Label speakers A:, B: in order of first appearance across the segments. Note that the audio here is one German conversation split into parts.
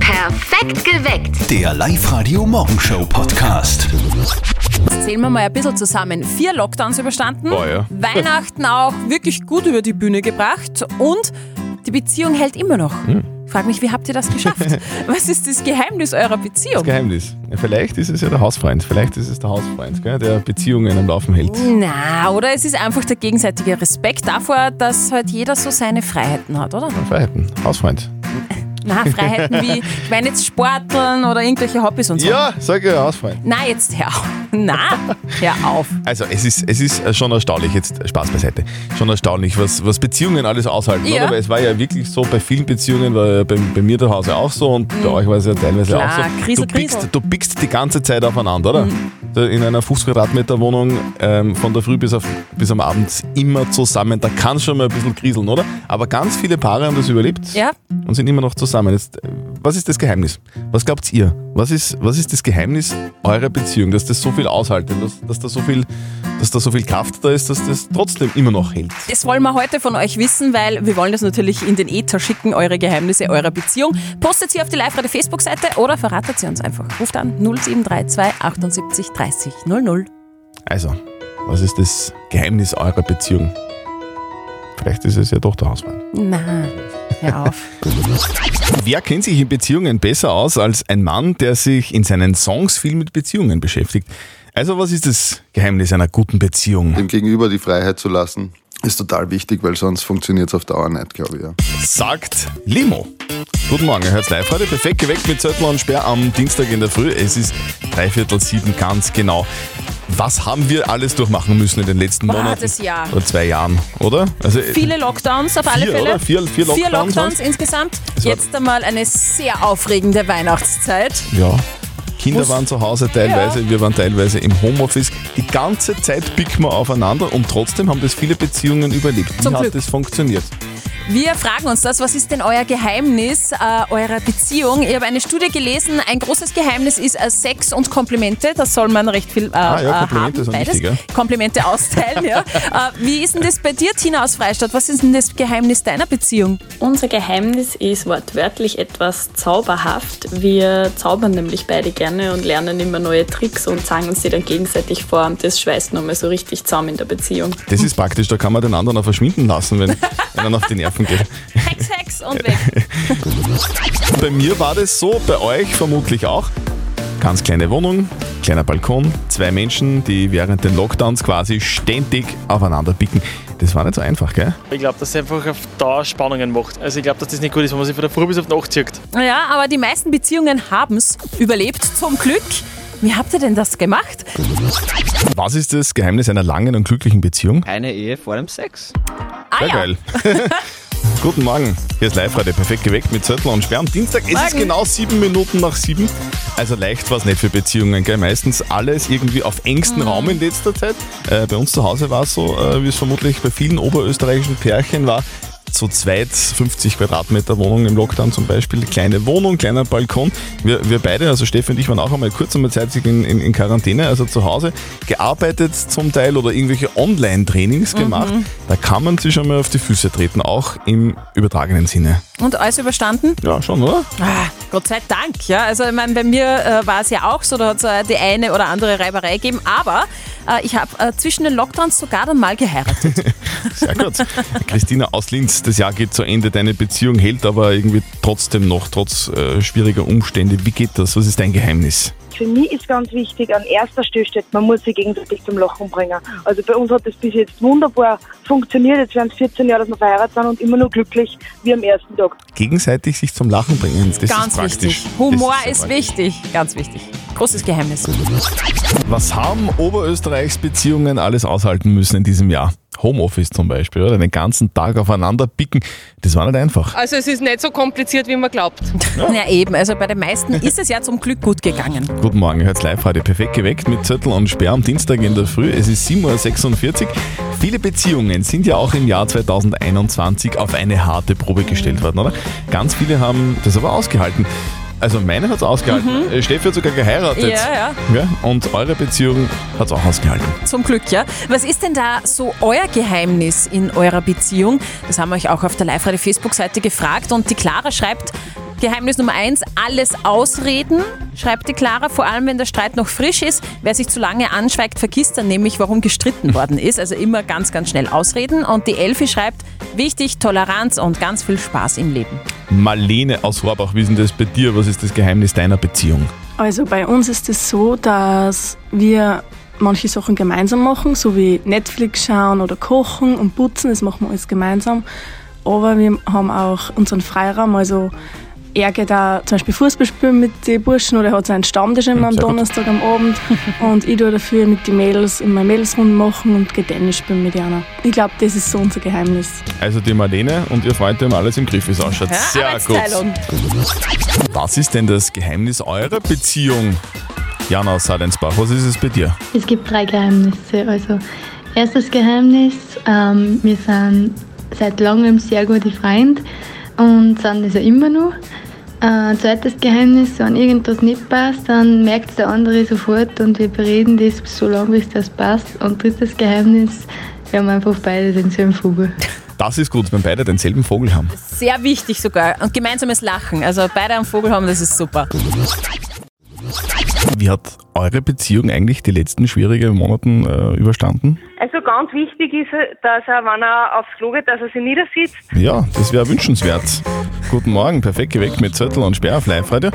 A: Perfekt geweckt.
B: Der Live-Radio Morgenshow Podcast.
C: Zählen wir mal ein bisschen zusammen. Vier Lockdowns überstanden,
D: Boah, ja.
C: Weihnachten auch wirklich gut über die Bühne gebracht und die Beziehung hält immer noch.
D: Hm.
C: Ich Frag mich, wie habt ihr das geschafft? Was ist das Geheimnis eurer Beziehung?
D: Geheimnis. Ja, vielleicht ist es ja der Hausfreund. Vielleicht ist es der Hausfreund, gell, der Beziehungen am Laufen hält.
C: Na, oder es ist einfach der gegenseitige Respekt davor, dass halt jeder so seine Freiheiten hat, oder?
D: Freiheiten. Hausfreund.
C: Na, Freiheiten wie, ich meine jetzt Sporteln oder irgendwelche Hobbys und so.
D: Ja, sag ja Hausfreund.
C: Na, jetzt hör auf. Na, hör auf.
D: Also es ist, es ist schon erstaunlich, jetzt Spaß beiseite, schon erstaunlich, was, was Beziehungen alles aushalten,
C: Ja.
D: oder? Weil es war ja wirklich so, bei vielen Beziehungen war ja bei, bei mir zu Hause auch so und bei euch war es ja teilweise
C: Klar,
D: auch so.
C: Krisel,
D: du,
C: Krisel.
D: biegst, du biegst die ganze Zeit aufeinander, oder? So In einer 50 Quadratmeter Wohnung ähm, von der Früh bis, auf, bis am Abend immer zusammen. Da kann schon mal ein bisschen kriseln, oder? Aber ganz viele Paare haben das überlebt
C: Ja.
D: und sind immer noch zusammen. Jetzt, äh, was ist das Geheimnis? Was glaubt ihr? Was ist, was ist das Geheimnis eurer Beziehung, dass das so viel aushaltet, dass, dass, da so viel, dass da so viel Kraft da ist, dass das trotzdem immer noch hält?
C: Das wollen wir heute von euch wissen, weil wir wollen das natürlich in den Äther schicken, eure Geheimnisse eurer Beziehung. Postet sie auf die Live-Radio Facebook-Seite oder verratet sie uns einfach. Ruft an 0732 78 30 00.
D: Also, was ist das Geheimnis eurer Beziehung? Vielleicht ist es ja doch der Hausmann.
C: Na, hör auf.
D: Wer kennt sich in Beziehungen besser aus als ein Mann, der sich in seinen Songs viel mit Beziehungen beschäftigt? Also, was ist das Geheimnis einer guten Beziehung?
E: dem Gegenüber die Freiheit zu lassen, ist total wichtig, weil sonst funktioniert es auf Dauer nicht, glaube ich. Ja.
D: sagt Limo. Guten Morgen, ihr hört's live heute. Perfekt geweckt mit Zöttler und Sperr am Dienstag in der Früh. Es ist dreiviertel sieben, ganz genau. Was haben wir alles durchmachen müssen in den letzten
C: Boah,
D: Monaten?
C: das Jahr.
D: Oder zwei Jahren, oder? Also, äh,
C: Viele Lockdowns auf alle
D: Vier,
C: Fälle.
D: oder? Vier- vier
C: vier
D: Lockdowns ne?
C: Lockdowns
D: sonst?
C: insgesamt.
D: war-
C: Jetzt einmal eine sehr aufregende Weihnachtszeit.
D: Ja. Kinder
C: Muss-
D: waren zu Hause teilweise, wir waren teilweise im Homeoffice. Die ganze Zeit picken wir aufeinander und trotzdem haben das viele Beziehungen überlebt. Wie
C: Zum
D: hat
C: Glück.
D: das funktioniert?
C: Wir fragen uns das, was ist denn euer Geheimnis äh, eurer Beziehung? Ich habe eine Studie gelesen, ein großes Geheimnis ist äh, Sex und Komplimente. Das soll man recht viel äh,
D: Ah ja,
C: äh,
D: Komplimente
C: haben,
D: sind
C: beides.
D: wichtig,
C: Komplimente austeilen, ja. Äh, wie ist denn das bei dir, Tina aus Freistadt? Was ist denn das Geheimnis deiner Beziehung?
F: Unser Geheimnis ist wortwörtlich etwas zauberhaft. Wir zaubern nämlich beide gerne und lernen immer neue Tricks und sagen uns die dann gegenseitig vor. Und das schweißt nochmal so richtig zusammen in der Beziehung.
D: Das ist praktisch, da kann man den anderen auch verschwinden lassen, wenn, wenn man auf die Nerven geht.
C: Hex, Hex und weg.
D: Bei mir war das so, bei euch vermutlich auch. Ganz kleine Wohnung, kleiner Balkon, zwei Menschen, die während den Lockdowns quasi ständig aufeinander picken. Das war nicht so einfach, gell?
G: Ich glaube, dass es einfach auf Dauer Spannungen macht. Also ich glaube, dass das nicht gut ist, wenn man sich von der Früh bis auf die Nacht zieht.
C: Ja, aber die meisten Beziehungen haben es überlebt, zum Glück. Wie habt ihr denn das gemacht?
D: Was ist das Geheimnis einer langen und glücklichen Beziehung?
H: Eine Ehe vor dem Sex.
C: Ah
D: Sehr geil. Guten Morgen, hier ist live heute perfekt geweckt mit Zettel und Sperr. Am Dienstag ist es
C: Morgen.
D: genau sieben Minuten nach sieben. Also leicht war es nicht für Beziehungen, gell? Meistens alles irgendwie auf engstem Raum in letzter Zeit. Äh, bei uns zu Hause war es so, äh, wie es vermutlich bei vielen oberösterreichischen Pärchen war. Zu zweit 50 Quadratmeter Wohnung im Lockdown zum Beispiel, kleine Wohnung, kleiner Balkon. Wir, wir beide, also Steffi und ich, waren auch einmal kurzzeitig in, in, in Quarantäne, also zu Hause, gearbeitet zum Teil oder irgendwelche Online-Trainings gemacht. Da kann man sich schon mal auf die Füße treten, auch im übertragenen Sinne.
C: Und alles überstanden?
D: Ja, schon, oder?
C: Ah, Gott sei Dank, ja. Also ich meine, bei mir äh, war es ja auch so, da hat es äh, die eine oder andere Reiberei gegeben, aber äh, ich habe äh, zwischen den Lockdowns sogar dann mal geheiratet.
D: Sehr gut. Christina aus Linz, das Jahr geht zu Ende, deine Beziehung hält aber irgendwie trotzdem noch, trotz äh, schwieriger Umstände. Wie geht das? Was ist dein Geheimnis?
I: Für mich ist ganz wichtig, an erster Stelle steht, man muss sich gegenseitig zum Lachen bringen. Also bei uns hat das bis jetzt wunderbar funktioniert. Jetzt werden es 14 Jahre, dass wir verheiratet sind und immer nur glücklich wie am ersten Tag.
D: Gegenseitig sich zum Lachen bringen, das ist
C: ganz
D: praktisch.
C: wichtig. Humor
D: Das sehr
C: ist,
D: praktisch.
C: wichtig, ganz wichtig. Großes Geheimnis.
D: Was haben Oberösterreichs Beziehungen alles aushalten müssen in diesem Jahr? Homeoffice zum Beispiel, oder? Den ganzen Tag aufeinander picken. Das war nicht einfach.
J: Also es ist nicht so kompliziert, wie man glaubt.
C: Ja eben, also bei den meisten ist es ja zum Glück gut gegangen.
D: Guten Morgen, hört's live heute perfekt geweckt mit Zettel und Sperr am Dienstag in der Früh. Es ist 7.46 Uhr. Viele Beziehungen sind ja auch im Jahr 2021 auf eine harte Probe gestellt worden, oder? Ganz viele haben das aber ausgehalten. Also meine hat's ausgehalten. Äh, Steffi hat sogar geheiratet.
C: Mhm. Ja,
D: ja. Und eure Beziehung hat's auch ausgehalten.
C: Zum Glück, ja. Was ist denn da so euer Geheimnis in eurer Beziehung? Das haben wir euch auch auf der Live-Radio Facebook-Seite gefragt und die Clara schreibt, Geheimnis Nummer eins: alles ausreden, schreibt die Clara, vor allem wenn der Streit noch frisch ist. Wer sich zu lange anschweigt, vergisst dann nämlich, warum gestritten worden ist. Also immer ganz, ganz schnell ausreden. Und die Elfi schreibt, wichtig, Toleranz und ganz viel Spaß im Leben.
D: Marlene aus Horbach, wie ist denn das bei dir? Was ist das Geheimnis deiner Beziehung?
A: Also bei uns ist es so, dass wir manche Sachen gemeinsam machen, so wie Netflix schauen oder kochen und putzen, das machen wir alles gemeinsam. Aber wir haben auch unseren Freiraum, also er geht da zum Beispiel Fußball spielen mit den Burschen oder er hat seinen Stammtisch immer am
D: sehr gut.
A: Donnerstag am Abend und ich tue dafür mit den Mädels immer Mädelsrunden machen und gehe Tennis spielen mit einer. Ich glaube, das ist so unser Geheimnis.
D: Also die Marlene und ihr Freund, die haben alles im Griff, wie es ausschaut. Sehr gut.
C: Arbeitsteilung.
D: Was ist denn das Geheimnis eurer Beziehung? Jana aus Salensbach, was ist es bei dir?
H: Es gibt drei Geheimnisse. Also, erstes Geheimnis, ähm, wir sind seit langem sehr gute Freunde und sind das ja immer noch. Äh, zweites Geheimnis, wenn irgendwas nicht passt, dann merkt es der andere sofort und wir bereden das so lange, bis das passt. Und drittes Geheimnis, wir haben einfach beide denselben Vogel.
D: Das ist gut, wenn beide denselben Vogel haben.
C: Sehr wichtig sogar. Und gemeinsames Lachen. Also beide am Vogel haben, das ist super.
D: Wie hat eure Beziehung eigentlich die letzten schwierigen Monaten äh, überstanden?
I: Also ganz wichtig ist, dass er, wenn er aufs Klo geht, dass er sich niedersitzt.
D: Ja, das wäre wünschenswert. Guten Morgen, perfekt geweckt mit Zettel und Sperr auf Live-Radio.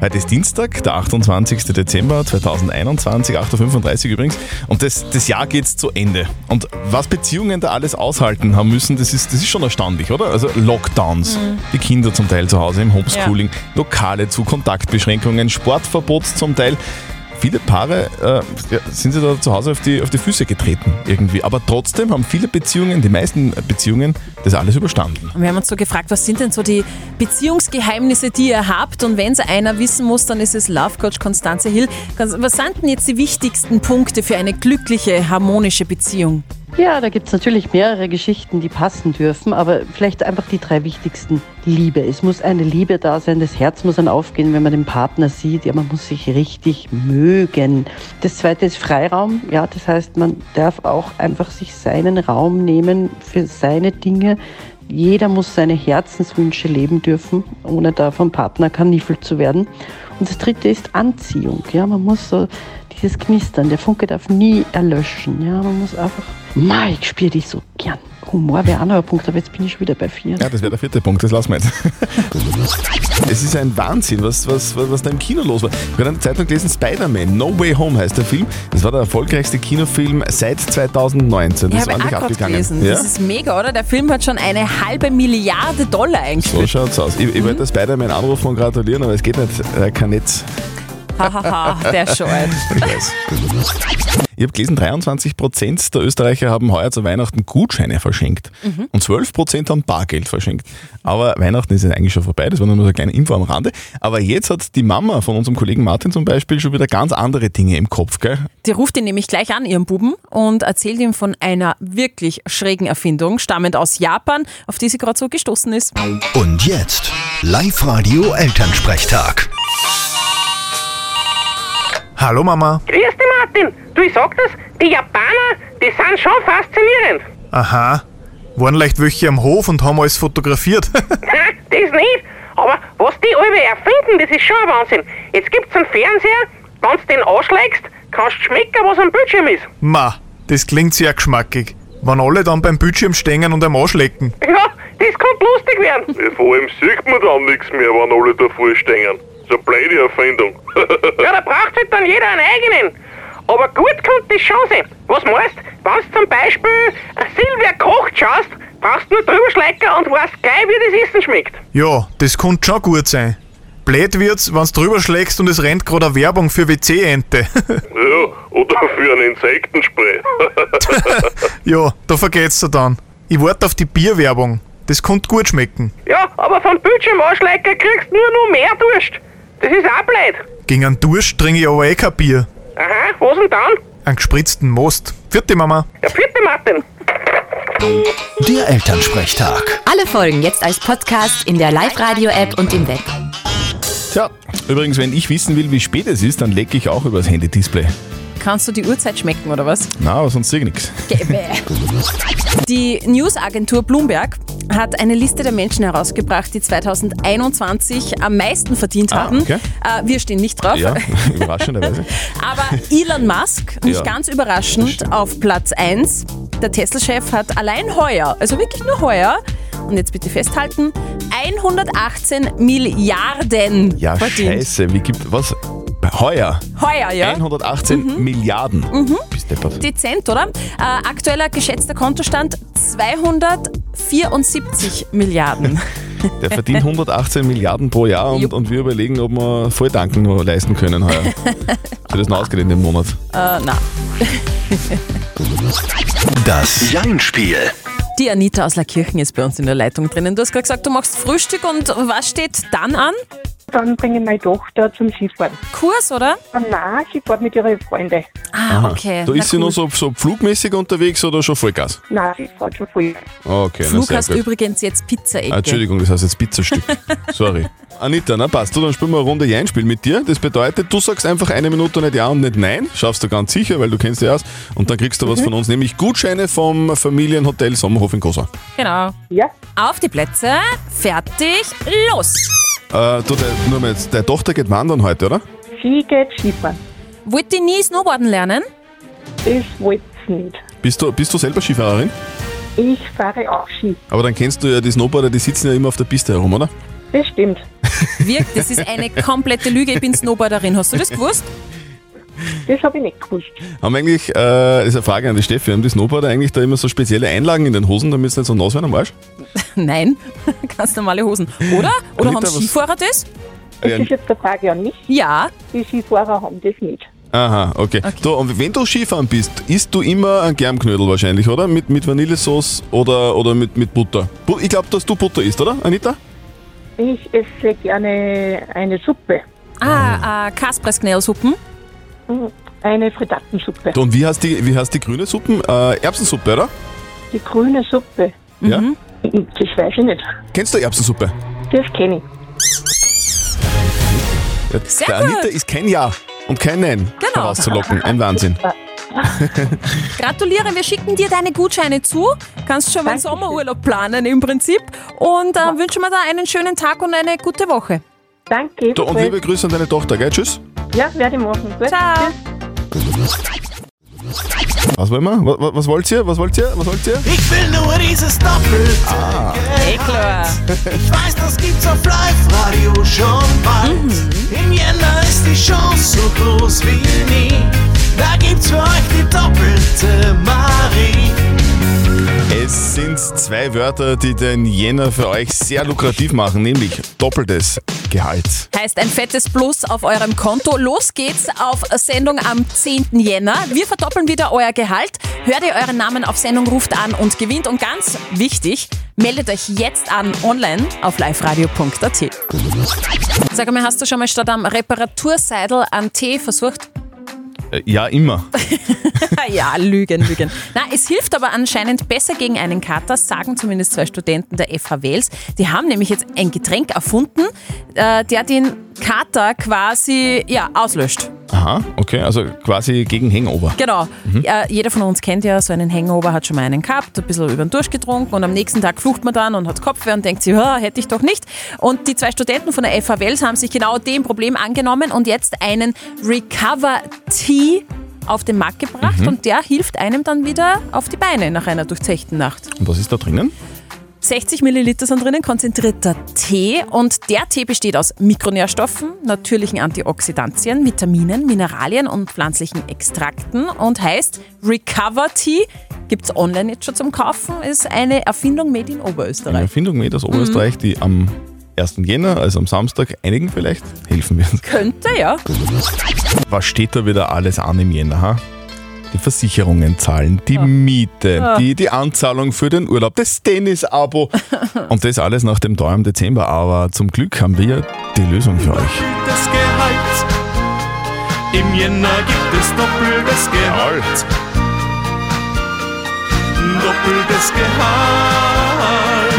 D: Heute ist Dienstag, der 28. Dezember 2021, 8.35 Uhr übrigens. Und das, das Jahr geht zu Ende. Und was Beziehungen da alles aushalten haben müssen, das ist, das ist schon erstaunlich, oder? Also Lockdowns, die Kinder zum Teil zu Hause im Homeschooling, Lokale zu Kontaktbeschränkungen, Sportverbots zum Teil. Viele Paare äh, ja, sind sie da zu Hause auf die, auf die Füße getreten irgendwie. Aber trotzdem haben viele Beziehungen, die meisten Beziehungen, das alles überstanden.
C: Und wir haben uns so gefragt, was sind denn so die Beziehungsgeheimnisse, die ihr habt? Und wenn es einer wissen muss, dann ist es Love Coach Konstanze Hill. Ganz- Was sind denn jetzt die wichtigsten Punkte für eine glückliche, harmonische Beziehung?
K: Ja, da gibt's natürlich mehrere Geschichten, die passen dürfen, aber vielleicht einfach die drei wichtigsten. Liebe. Es muss eine Liebe da sein, das Herz muss dann aufgehen, wenn man den Partner sieht. Ja, man muss sich richtig mögen. Das zweite ist Freiraum. Ja, das heißt, man darf auch einfach sich seinen Raum nehmen für seine Dinge. Jeder muss seine Herzenswünsche leben dürfen, ohne da vom Partner kaniffelt zu werden. Und das dritte ist Anziehung. Ja, man muss so dieses Knistern, der Funke darf nie erlöschen. Ja, man muss einfach, Mai, ich spüre dich so gern. Humor wäre auch noch ein Punkt, aber jetzt bin ich schon wieder bei vier.
D: Ja, das wäre der vierte Punkt, das lassen wir jetzt. es ist ein Wahnsinn, was, was, was, was da im Kino los war. Wir haben eine Zeitung gelesen, Spider-Man, No Way Home heißt der Film. Das war der erfolgreichste Kinofilm seit 2019. Das
C: ich
D: war
C: habe
D: nicht
C: auch gerade
D: abgegangen.
C: gelesen.
D: Ja?
C: Das ist mega, oder? Der Film hat schon eine halbe Milliarde Dollar
D: So
C: eingespielt.
D: schaut's aus. Ich, ich wollte
C: Mhm.
D: Spider-Man anrufen und gratulieren, aber es geht nicht. äh, Er kann nicht.
C: Hahaha, der Schorn.
D: Ich weiß. Ich habe gelesen, 23% der Österreicher haben heuer zu Weihnachten Gutscheine verschenkt und 12% haben Bargeld verschenkt. Aber Weihnachten ist ja eigentlich schon vorbei, das war nur so eine kleine Info am Rande. Aber jetzt hat die Mama von unserem Kollegen Martin zum Beispiel schon wieder ganz andere Dinge im Kopf, gell?
C: Die ruft ihn nämlich gleich an, ihren Buben, und erzählt ihm von einer wirklich schrägen Erfindung, stammend aus Japan, auf die sie gerade so gestoßen ist.
B: Und jetzt Live-Radio Elternsprechtag.
L: Hallo Mama.
I: Grüß dich, Martin. Du, ich sag das, die Japaner, die sind schon faszinierend.
L: Aha. Waren leicht welche am Hof und haben alles fotografiert.
I: Nein, das nicht. Aber was die alle erfinden, das ist schon ein Wahnsinn. Jetzt gibt's einen Fernseher, wenn du den anschlägst, kannst du schmecken, was am Bildschirm ist.
L: Ma, das klingt sehr geschmackig. Wenn alle dann beim Bildschirm stehen und am anschlecken.
I: Ja, das kann lustig werden.
L: Vor allem sieht man dann nichts mehr, wenn alle davor stehen. So eine blöde Erfindung.
I: Ja, da braucht halt dann jeder einen eigenen. Aber gut kommt das schon sein. Was meinst wenn du zum Beispiel Silvia kocht schaust, brauchst du nur drüber schlecken und weißt gleich, wie das Essen schmeckt.
L: Ja, das kann schon gut sein. Blöd wird's, wenn's drüber schlägst und es rennt gerade eine Werbung für WC-Ente.
I: Ja, oder für einen Insektenspray.
L: ja, da vergeht's dir dann. Ich warte auf die Bierwerbung. Das könnte gut schmecken.
I: ja, aber vom Bildschirm anschlecken kriegst du nur noch mehr Durst. Das ist auch blöd.
L: Gegen einen Durst trinke ich aber eh kein Bier.
I: Aha, was denn dann?
L: Einen gespritzten Most. Vierte Mama.
I: Der vierte Martin.
B: Der Elternsprechtag.
K: Alle Folgen jetzt als Podcast in der Live-Radio-App und im Web.
D: Tja, übrigens, wenn ich wissen will, wie spät es ist, dann lecke ich auch übers Handy-Display.
C: Kannst du die Uhrzeit schmecken oder was?
D: Na, aber sonst sehe ich nichts.
C: Die Newsagentur Bloomberg hat eine Liste der Menschen herausgebracht, die 2021 am meisten verdient
D: Ah,
C: haben.
D: okay.
C: Äh, wir stehen nicht drauf.
D: Ja, überraschenderweise.
C: Aber Elon Musk, nicht
D: Ja.
C: ganz überraschend, auf Platz 1. Der Tesla-Chef hat allein heuer, also wirklich nur heuer, und jetzt bitte festhalten, 118 Milliarden
D: Ja,
C: verdient.
D: scheiße, wie gibt. Was? Heuer?
C: Heuer, ja.
D: 118 Milliarden.
C: Mhm.
D: Bist deppert.
C: Dezent, oder? Äh, aktueller geschätzter Kontostand 274 Milliarden.
D: Der verdient 118 Milliarden pro Jahr und, und wir überlegen, ob wir Volltanken nur leisten können heuer. So das noch ausgeht in dem Monat.
C: Äh, na.
B: Das Jein-Spiel.
C: Die Anita aus Lackirchen ist bei uns in der Leitung drinnen. Du hast gerade gesagt, du machst Frühstück und was steht dann an?
M: Dann bringe ich meine Tochter zum Skifahren. Ah,
C: Kurs, oder? Ah,
M: Nein, sie fährt mit ihren Freunden.
D: Aha.
M: okay.
D: Da
M: Na
D: ist sie
M: cool.
D: noch so, so flugmäßig unterwegs oder schon Vollgas?
M: Nein, sie fährt schon voll.
D: Okay, na
C: Flug
D: sehr
C: hast
D: gut.
C: übrigens jetzt Pizza-Ecke.
D: Ah, Entschuldigung, das heißt jetzt Pizzastück. Sorry. Anita, na passt du, dann spielen wir eine Runde Jein-Spiel mit dir. Das bedeutet, du sagst einfach eine Minute nicht Ja und nicht Nein. Schaffst du ganz sicher, weil du kennst dich aus. Und dann kriegst du was
C: Mhm.
D: von uns, nämlich Gutscheine vom Familienhotel Sommerhof in Kosau.
C: Genau.
M: Ja.
C: Auf die Plätze, fertig, los!
D: Äh, du, de, nur mal jetzt, deine Tochter geht wandern heute, oder?
M: Sie geht Skifahren.
C: Wollt ihr nie Snowboarden lernen?
M: Das wollte sie nicht.
D: Bist du, bist du selber Skifahrerin?
M: Ich fahre auch Ski.
D: Aber dann kennst du ja die Snowboarder, die sitzen ja immer auf der Piste herum, oder?
M: Das stimmt.
C: Wirkt, das ist eine komplette Lüge. Ich bin Snowboarderin. Hast du das gewusst?
M: Das habe ich nicht gewusst.
D: Haben eigentlich, äh, das ist eine Frage an die Steffi, haben die Snowboarder eigentlich da immer so spezielle Einlagen in den Hosen, damit sie nicht so nass werden am Arsch?
C: Nein, ganz normale Hosen. Oder? Oder
D: Anita,
C: haben
D: was-
C: Skifahrer das?
D: Ja.
M: Das ist jetzt eine Frage an mich.
C: Ja.
M: Die Skifahrer haben das nicht.
D: Aha, okay. Du, und wenn du Skifahren bist, isst du immer einen Germknödel wahrscheinlich, oder? Mit, mit Vanillesauce oder, oder mit, mit Butter. Bu- Ich glaube, dass du Butter isst, oder, Anita?
M: Ich esse gerne eine Suppe.
C: Ah, äh, Kaspressknäuelsuppen?
M: Eine Frittatensuppe.
D: Du, und wie heißt die, wie heißt die grüne Suppe? Äh, Erbsensuppe, oder?
M: Die grüne Suppe.
D: Ja.
M: Das weiß ich nicht.
D: Kennst du Erbsensuppe?
M: Das kenne ich.
D: Ja,
M: Sehr
D: der
M: gut.
D: Anita ist kein Ja und kein Nein
C: Genau.
D: herauszulocken. Ein Wahnsinn.
C: Gratuliere, wir schicken dir deine Gutscheine zu. Kannst schon mal einen Sommerurlaub planen im Prinzip. Und äh, wünschen wir da einen schönen Tag und eine gute Woche.
M: Danke.
D: Du, und liebe Grüße an deine Tochter, gell? Tschüss.
M: Ja, werde ich machen. Gut.
C: Ciao.
D: Was wollen wir? Was, was wollt ihr? Was wollt ihr? Was wollt ihr?
N: Ich will nur dieses Doppel.
D: Ah.
N: Ich weiß, das gibt's auf Live-Radio schon bald.
B: Mhm.
N: Im Jänner ist die Chance so groß wie nie. Da gibt's für euch die doppelte Marie.
D: Es sind zwei Wörter, die den Jänner für euch sehr lukrativ machen, nämlich doppeltes Gehalt.
C: Heißt ein fettes Plus auf eurem Konto. Los geht's auf Sendung am 10. Jänner. Wir verdoppeln wieder euer Gehalt. Hört ihr euren Namen auf Sendung, ruft an und gewinnt. Und ganz wichtig, meldet euch jetzt an online auf liveradio.at. Sag mal, hast du schon mal statt am Reparaturseidel an Tee versucht?
D: Äh, ja, immer.
C: ja, Lügen, Lügen. Na, es hilft aber anscheinend besser gegen einen Kater, sagen zumindest zwei Studenten der FH Wels. Die haben nämlich jetzt ein Getränk erfunden, äh, der den Kater quasi ja, auslöscht.
D: Aha, okay, also quasi gegen Hangover.
C: Genau. Äh, jeder von uns kennt ja so einen Hangover, hat schon mal einen gehabt, ein bisschen über den Durst getrunken und am nächsten Tag flucht man dann und hat Kopfweh und denkt sich, "Ah, hätte ich doch nicht. Und die zwei Studenten von der FH Wels haben sich genau dem Problem angenommen und jetzt einen Recover Tea auf den Markt gebracht
D: Mhm.
C: und der hilft einem dann wieder auf die Beine nach einer durchzechten Nacht.
D: Und was ist da drinnen?
C: 60 Milliliter sind drinnen, konzentrierter Tee. Und der Tee besteht aus Mikronährstoffen, natürlichen Antioxidantien, Vitaminen, Mineralien und pflanzlichen Extrakten und heißt Recover Tea. Gibt's online jetzt schon zum Kaufen, ist eine Erfindung made in
D: Eine
C: Oberösterreich.
D: Erfindung made aus Oberösterreich, die am 1. Jänner, also am Samstag, einigen vielleicht helfen wird.
C: Könnte ja.
D: Was steht da wieder alles an im Jänner? Ha? Die Versicherungen zahlen, die Miete,
C: Ah.
D: die, die Anzahlung für den Urlaub, das Tennis-Abo. Und das alles nach dem teuren Dezember. Aber zum Glück haben wir die Lösung für euch.
N: Das Gehalt. Im Jänner gibt es doppeltes Gehalt. Doppeltes Gehalt.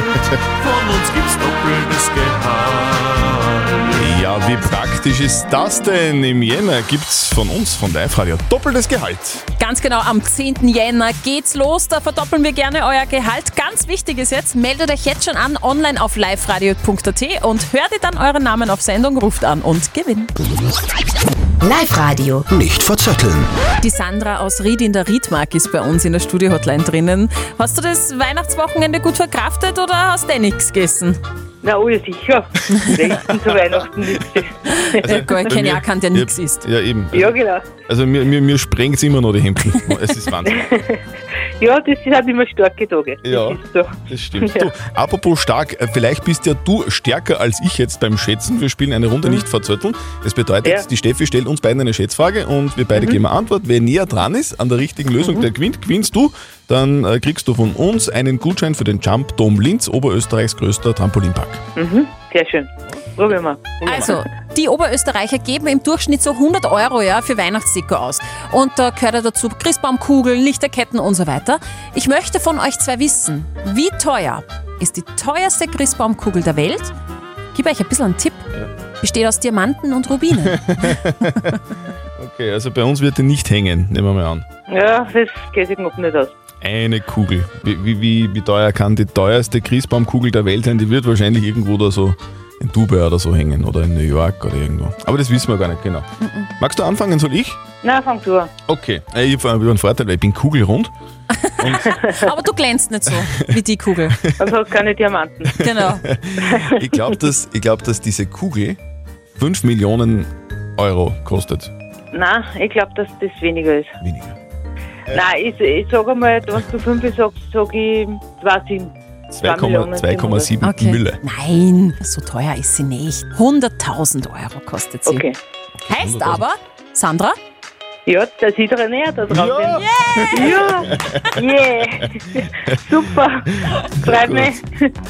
N: Von uns gibt's doppeltes Gehalt.
D: Ja, wie praktisch ist das denn? Im Jänner gibt's von uns, von Live Radio, doppeltes Gehalt.
C: Ganz genau, am 10. Jänner geht's los. Da verdoppeln wir gerne euer Gehalt. Ganz wichtig ist jetzt, meldet euch jetzt schon an online auf liveradio.at und hört ihr dann euren Namen auf Sendung, ruft an und gewinnt.
N: Live Radio. Nicht verzetteln.
C: Die Sandra aus Ried in der Riedmark ist bei uns in der Studio-Hotline drinnen. Hast du das Weihnachtswochenende gut verkraftet oder hast du eh nichts gegessen?
K: Na, alles sicher. Rechten zu Weihnachten ist
C: ja, gar kein Jahr kann, der nichts isst.
D: Also, Ja, eben.
K: Ja, genau.
D: Also mir, mir, mir sprengt's immer noch die Hemden. Es ist Wahnsinn.
K: Ja, das sind halt immer starke Tage.
D: Ja, das stimmt. Du, apropos stark, äh, vielleicht bist ja du stärker als ich jetzt beim Schätzen. Wir spielen eine Runde nicht verzötteln. Das bedeutet,
K: Ja.
D: die Steffi stellt uns beiden eine Schätzfrage und wir beide geben eine Antwort. Wer näher dran ist an der richtigen Lösung, der gewinnt. Gewinnst du, dann äh, kriegst du von uns einen Gutschein für den Jump Dom Linz, Oberösterreichs größter Trampolinpark.
K: Mhm, sehr schön. Probieren wir.
C: Also, die Oberösterreicher geben im Durchschnitt so 100 Euro ja, für Weihnachtsdeko aus. Und da gehört ja dazu Christbaumkugeln, Lichterketten und so weiter. Ich möchte von euch zwei wissen, wie teuer ist die teuerste Christbaumkugel der Welt? Gib euch ein bisschen einen Tipp. Besteht aus Diamanten und Rubinen.
D: Okay, also bei uns wird die nicht hängen, nehmen wir mal an.
K: Ja, das geht sich noch nicht aus.
D: Eine Kugel. Wie, wie, wie, wie teuer kann die teuerste Christbaumkugel der Welt sein? Die wird wahrscheinlich irgendwo da so in Dubai oder so hängen oder in New York oder irgendwo. Aber das wissen wir gar nicht genau. Magst du anfangen, soll ich?
K: Na, fang du an.
D: Okay. Äh, Ich habe einen Vorteil, weil ich bin kugelrund.
C: Aber du glänzt nicht so wie die Kugel.
K: Also hast keine Diamanten.
C: Genau.
D: Ich glaube, dass, ich glaub, dass diese Kugel 5 Millionen Euro kostet.
K: Nein, ich glaube, dass das weniger ist.
D: Weniger.
K: Nein, ich, ich sage mal, wenn du 5 sagst, sage ich 2,7.
D: 2,7
C: Okay.
D: Mülle.
C: Nein, so teuer ist sie nicht. 100.000 Euro kostet sie.
K: Okay.
C: Heißt aber, Sandra?
K: Ja, da sieht er näher da drauf.
C: Ja.
K: Ja, yeah. Super. Freut mich.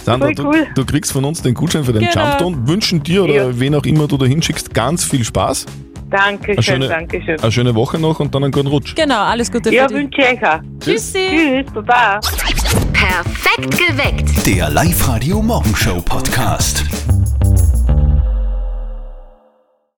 D: Sandra,
K: Voll cool.
D: du, du kriegst von uns den Gutschein für den
K: Genau.
D: Jumpdown. Wünschen dir oder wen auch immer du da hinschickst, ganz viel Spaß.
K: Dankeschön,
D: Eine schöne,
K: Dankeschön.
D: eine schöne Woche noch und dann einen guten Rutsch.
C: Genau, alles Gute
K: ja, wünsche ich euch auch.
C: Tschüssi.
K: Tschüss, baba.
H: Perfekt geweckt.
N: Der Live-Radio Morgenshow Podcast.